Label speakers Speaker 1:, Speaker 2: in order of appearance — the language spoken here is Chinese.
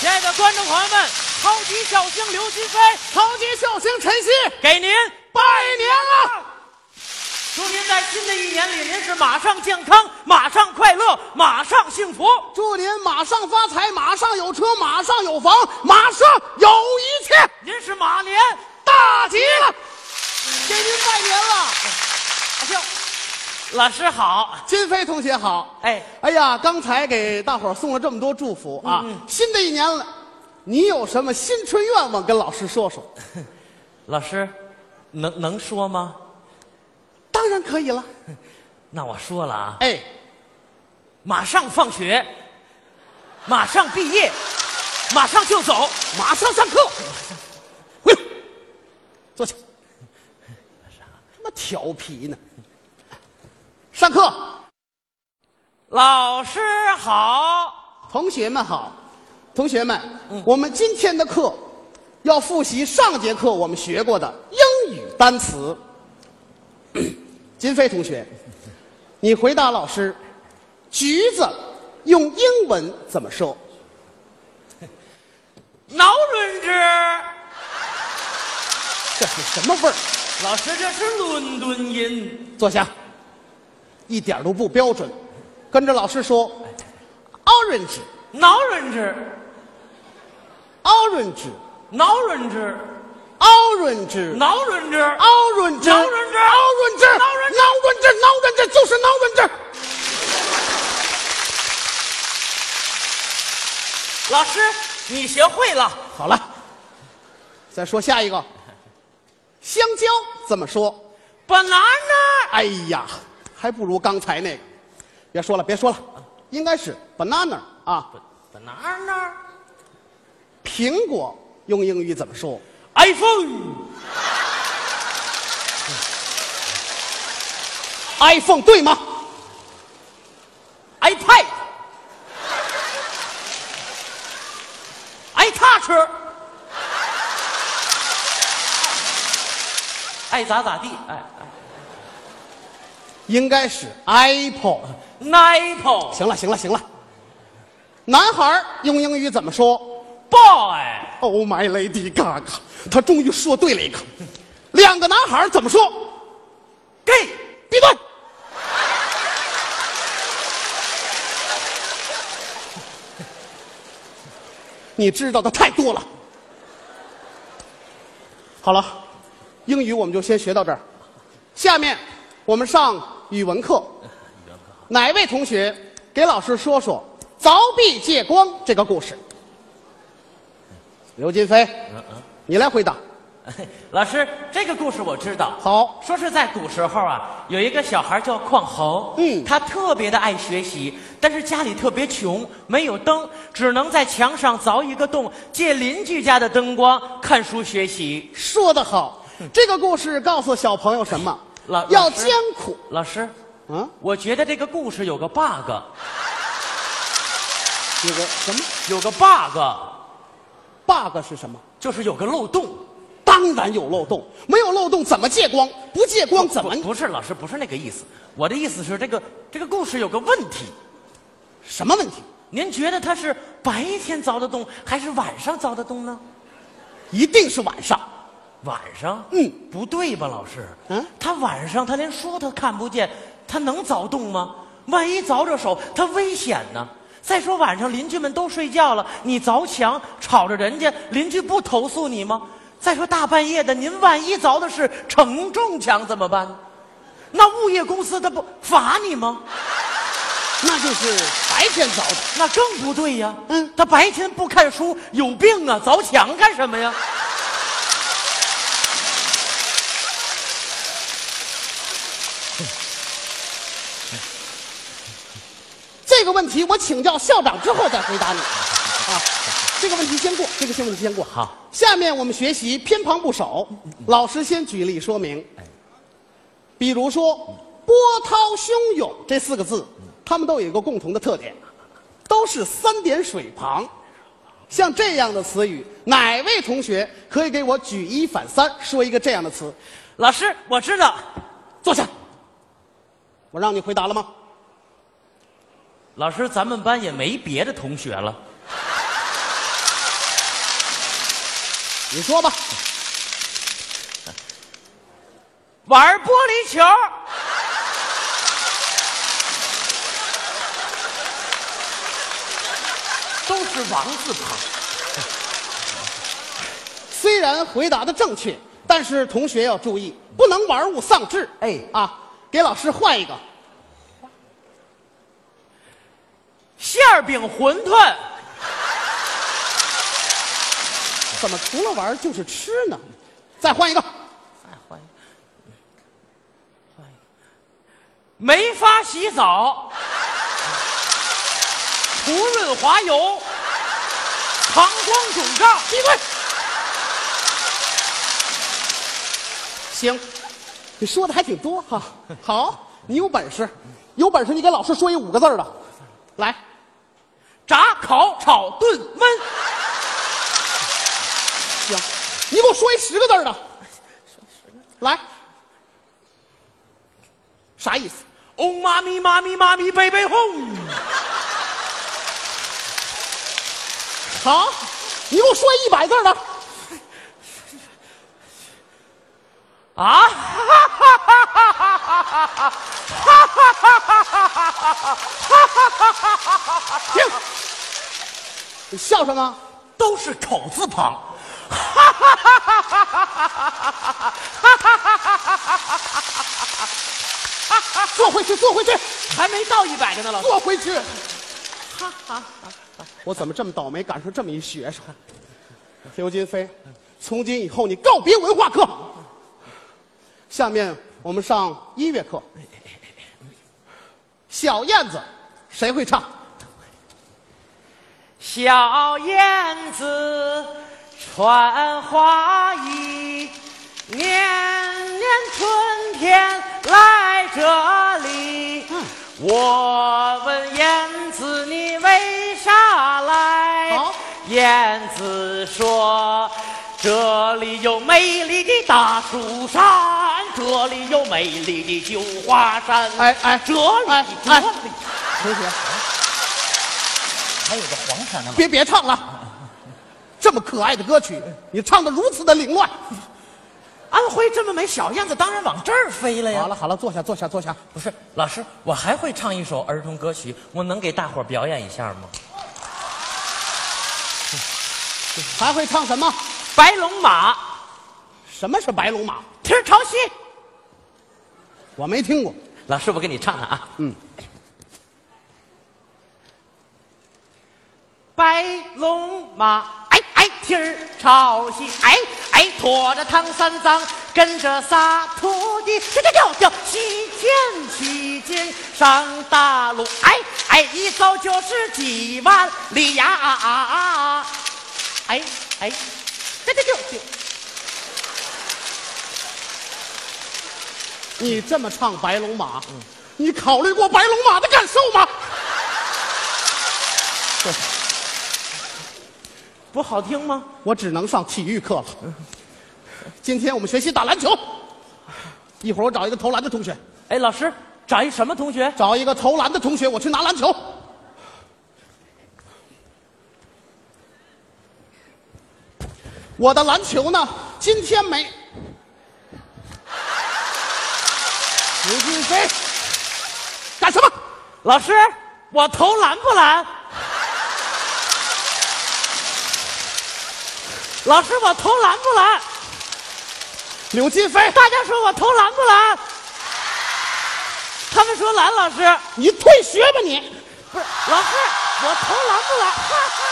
Speaker 1: 亲爱的观众朋友们，超级小星刘金飞
Speaker 2: 超级寿星晨曦
Speaker 1: 给您啊
Speaker 2: 拜年啊了！
Speaker 1: 祝您在新的一年里，您是马上健康，马上快乐，马上幸福。
Speaker 2: 祝您马上发财，马上有车，马上有房，马上有一切，
Speaker 1: 您是马年，啊
Speaker 2: 大吉了！给您拜年了，
Speaker 1: 老师好。
Speaker 2: 金飞同学好。
Speaker 1: 哎，
Speaker 2: 哎呀，刚才给大伙儿送了这么多祝福啊！新的一年了，你有什么新春愿望跟老师说说？
Speaker 1: 老师，能能说吗？
Speaker 2: 当然可以了。
Speaker 1: 那我说了啊，
Speaker 2: 哎，
Speaker 1: 马上放学，马上毕业，马上就走，
Speaker 2: 马上上课，回来坐下。他妈调皮呢！上课，
Speaker 1: 老师好，
Speaker 2: 同学们好，同学们，我们今天的课要复习上节课我们学过的英语单词。金飞同学，你回答老师，橘子用英文怎么说？
Speaker 1: 脑轮子。
Speaker 2: 这是什么味儿？
Speaker 1: 老师，这是伦敦音。
Speaker 2: 坐下，一点儿都不标准。跟着老师说，orange
Speaker 1: 脑轮子，
Speaker 2: orange
Speaker 1: 脑轮子，脑
Speaker 2: orange
Speaker 1: 轮子。
Speaker 2: orange
Speaker 1: 挠人这儿
Speaker 2: orange
Speaker 1: 挠人这儿
Speaker 2: orange orange 就是 orange。
Speaker 1: 老师，你学会了。
Speaker 2: 好了，再说下一个，香蕉怎么说？
Speaker 1: banana
Speaker 2: 哎呀，还不如刚才那个。别说了，别说了，应该是 banana 啊。
Speaker 1: banana
Speaker 2: 苹果用英语怎么说？
Speaker 1: iPhone
Speaker 2: iPhone 对吗？
Speaker 1: iPad iTouch 爱咋咋地，哎
Speaker 2: 应该是 Apple。
Speaker 1: 哎，Apple
Speaker 2: 行了，行了，行了。男孩儿用英语怎么说
Speaker 1: boy
Speaker 2: ？Oh my lady Gaga，他终于说对了一个。两个男孩儿怎么说？
Speaker 1: gay
Speaker 2: 闭嘴！ 你知道的太多了。好了，英语我们就先学到这儿。下面我们上语文课。哪位同学给老师说说凿壁借光这个故事？刘金飞，你来回答。
Speaker 1: 老师，这个故事我知道。
Speaker 2: 好，
Speaker 1: 说是在古时候啊，有一个小孩叫匡衡，
Speaker 2: 嗯
Speaker 1: 他特别的爱学习，但是家里特别穷，没有灯，只能在墙上凿一个洞，借邻居家的灯光看书学习。
Speaker 2: 说得好。这个故事告诉小朋友什么
Speaker 1: 老？
Speaker 2: 要
Speaker 1: 老师
Speaker 2: 艰苦。
Speaker 1: 老师，
Speaker 2: 嗯，
Speaker 1: 我觉得这个故事有个 bug，
Speaker 2: 有个什么
Speaker 1: 有个 bug，
Speaker 2: bug 是什么？
Speaker 1: 就是有个漏洞。
Speaker 2: 当然有漏洞，没有漏洞怎么借光？不借光怎么
Speaker 1: 不？不是老师，不是那个意思。我的意思是，这个这个故事有个问题。
Speaker 2: 什么问题？
Speaker 1: 您觉得他是白天凿的洞，还是晚上凿的洞呢？
Speaker 2: 一定是晚上。
Speaker 1: 晚上？
Speaker 2: 嗯，
Speaker 1: 不对吧，老师？
Speaker 2: 嗯
Speaker 1: 他晚上他连书他看不见，他能凿洞吗？万一凿着手，他危险呢。再说晚上邻居们都睡觉了，你凿墙吵着人家，邻居不投诉你吗？再说大半夜的，您万一凿的是承重墙怎么办？那物业公司他不罚你吗？
Speaker 2: 那就是白天凿的。
Speaker 1: 那更不对呀。
Speaker 2: 嗯
Speaker 1: 他白天不看书，有病啊！凿墙干什么呀？
Speaker 2: 这个问题我请教校长之后再回答你。啊，这个问题先过，这个先问题先过。
Speaker 1: 好，
Speaker 2: 下面我们学习偏旁部首。老师先举例说明。比如说“波涛汹涌”这四个字，它们都有一个共同的特点，都是三点水旁。像这样的词语，哪位同学可以给我举一反三，说一个这样的词？
Speaker 1: 老师，我知道。
Speaker 2: 坐下。我让你回答了吗？
Speaker 1: 老师，咱们班也没别的同学了。
Speaker 2: 你说吧，
Speaker 1: 玩玻璃球。都是王字旁，
Speaker 2: 虽然回答的正确，但是同学要注意，不能玩物丧志。
Speaker 1: 哎
Speaker 2: 啊，给老师换一个，
Speaker 1: 馅儿饼馄饨，
Speaker 2: 怎么除了玩就是吃呢？再换一个，
Speaker 1: 再换一个，换一个，没法洗澡，涂润滑油，膀胱肿胀，
Speaker 2: 闭嘴。行，你说的还挺多哈、好，你有本事，有本事你给老师说一五个字儿的，来，
Speaker 1: 炸、烤、炒、炖、焖，
Speaker 2: 行，你给我说一十个字儿的，来，啥意思？
Speaker 1: 嗡哦妈咪妈咪妈咪贝贝哄，
Speaker 2: 好，你给我说一百字儿的，
Speaker 1: 啊！
Speaker 2: 停！你笑什么？啊
Speaker 1: 都是口字旁。
Speaker 2: 啊坐回去，坐回去，
Speaker 1: 还没到一百个呢，老师。
Speaker 2: 坐回去。我怎么这么倒霉，赶上这么一学生？刘金飞，从今以后你告别文化课。下面我们上音乐课。小燕子，谁会唱？
Speaker 1: 小燕子穿花衣，年年春天来这里。我问燕子，你为啥来
Speaker 2: 好？
Speaker 1: 燕子说。这里有美丽的大蜀山，这里有美丽的九华山，
Speaker 2: 哎哎
Speaker 1: 这里、
Speaker 2: 哎
Speaker 1: 这
Speaker 2: 哎
Speaker 1: 里，
Speaker 2: 同学，
Speaker 1: 还有个黄山呢。
Speaker 2: 别别唱了，这么可爱的歌曲，你唱的如此的凌乱。
Speaker 1: 安徽这么美，小燕子当然往这儿飞了呀。
Speaker 2: 好了好了，坐下坐下坐下。
Speaker 1: 不是老师，我还会唱一首儿童歌曲，我能给大伙儿表演一下吗？
Speaker 2: 还会唱什么？
Speaker 1: 白龙马，
Speaker 2: 什么是白龙马？
Speaker 1: 蹄儿朝西。
Speaker 2: 我没听过。
Speaker 1: 老师，我给你唱唱啊。
Speaker 2: 嗯。
Speaker 1: 白龙马，哎哎，蹄儿朝西，哎哎，驮着唐三藏，跟着仨徒弟，这这叫叫西天取经上大路，哎哎，一走就是几万里呀、哎哎，这这就就。
Speaker 2: 你这么唱白龙马，你考虑过白龙马的感受吗？
Speaker 1: 不好听吗？
Speaker 2: 我只能上体育课了。今天我们学习打篮球，一会儿我找一个投篮的同学，
Speaker 1: 哎，老师，找一什么同学？
Speaker 2: 找一个投篮的同学，我去拿篮球。我的篮球呢？今天没。刘金飞，干什么？
Speaker 1: 老师，我投篮不篮？老师，我投篮不篮？
Speaker 2: 刘金飞，
Speaker 1: 大家说我投篮不篮？他们说篮，老师
Speaker 2: 你退学吧你！
Speaker 1: 不是老师，我投篮不篮？哈哈。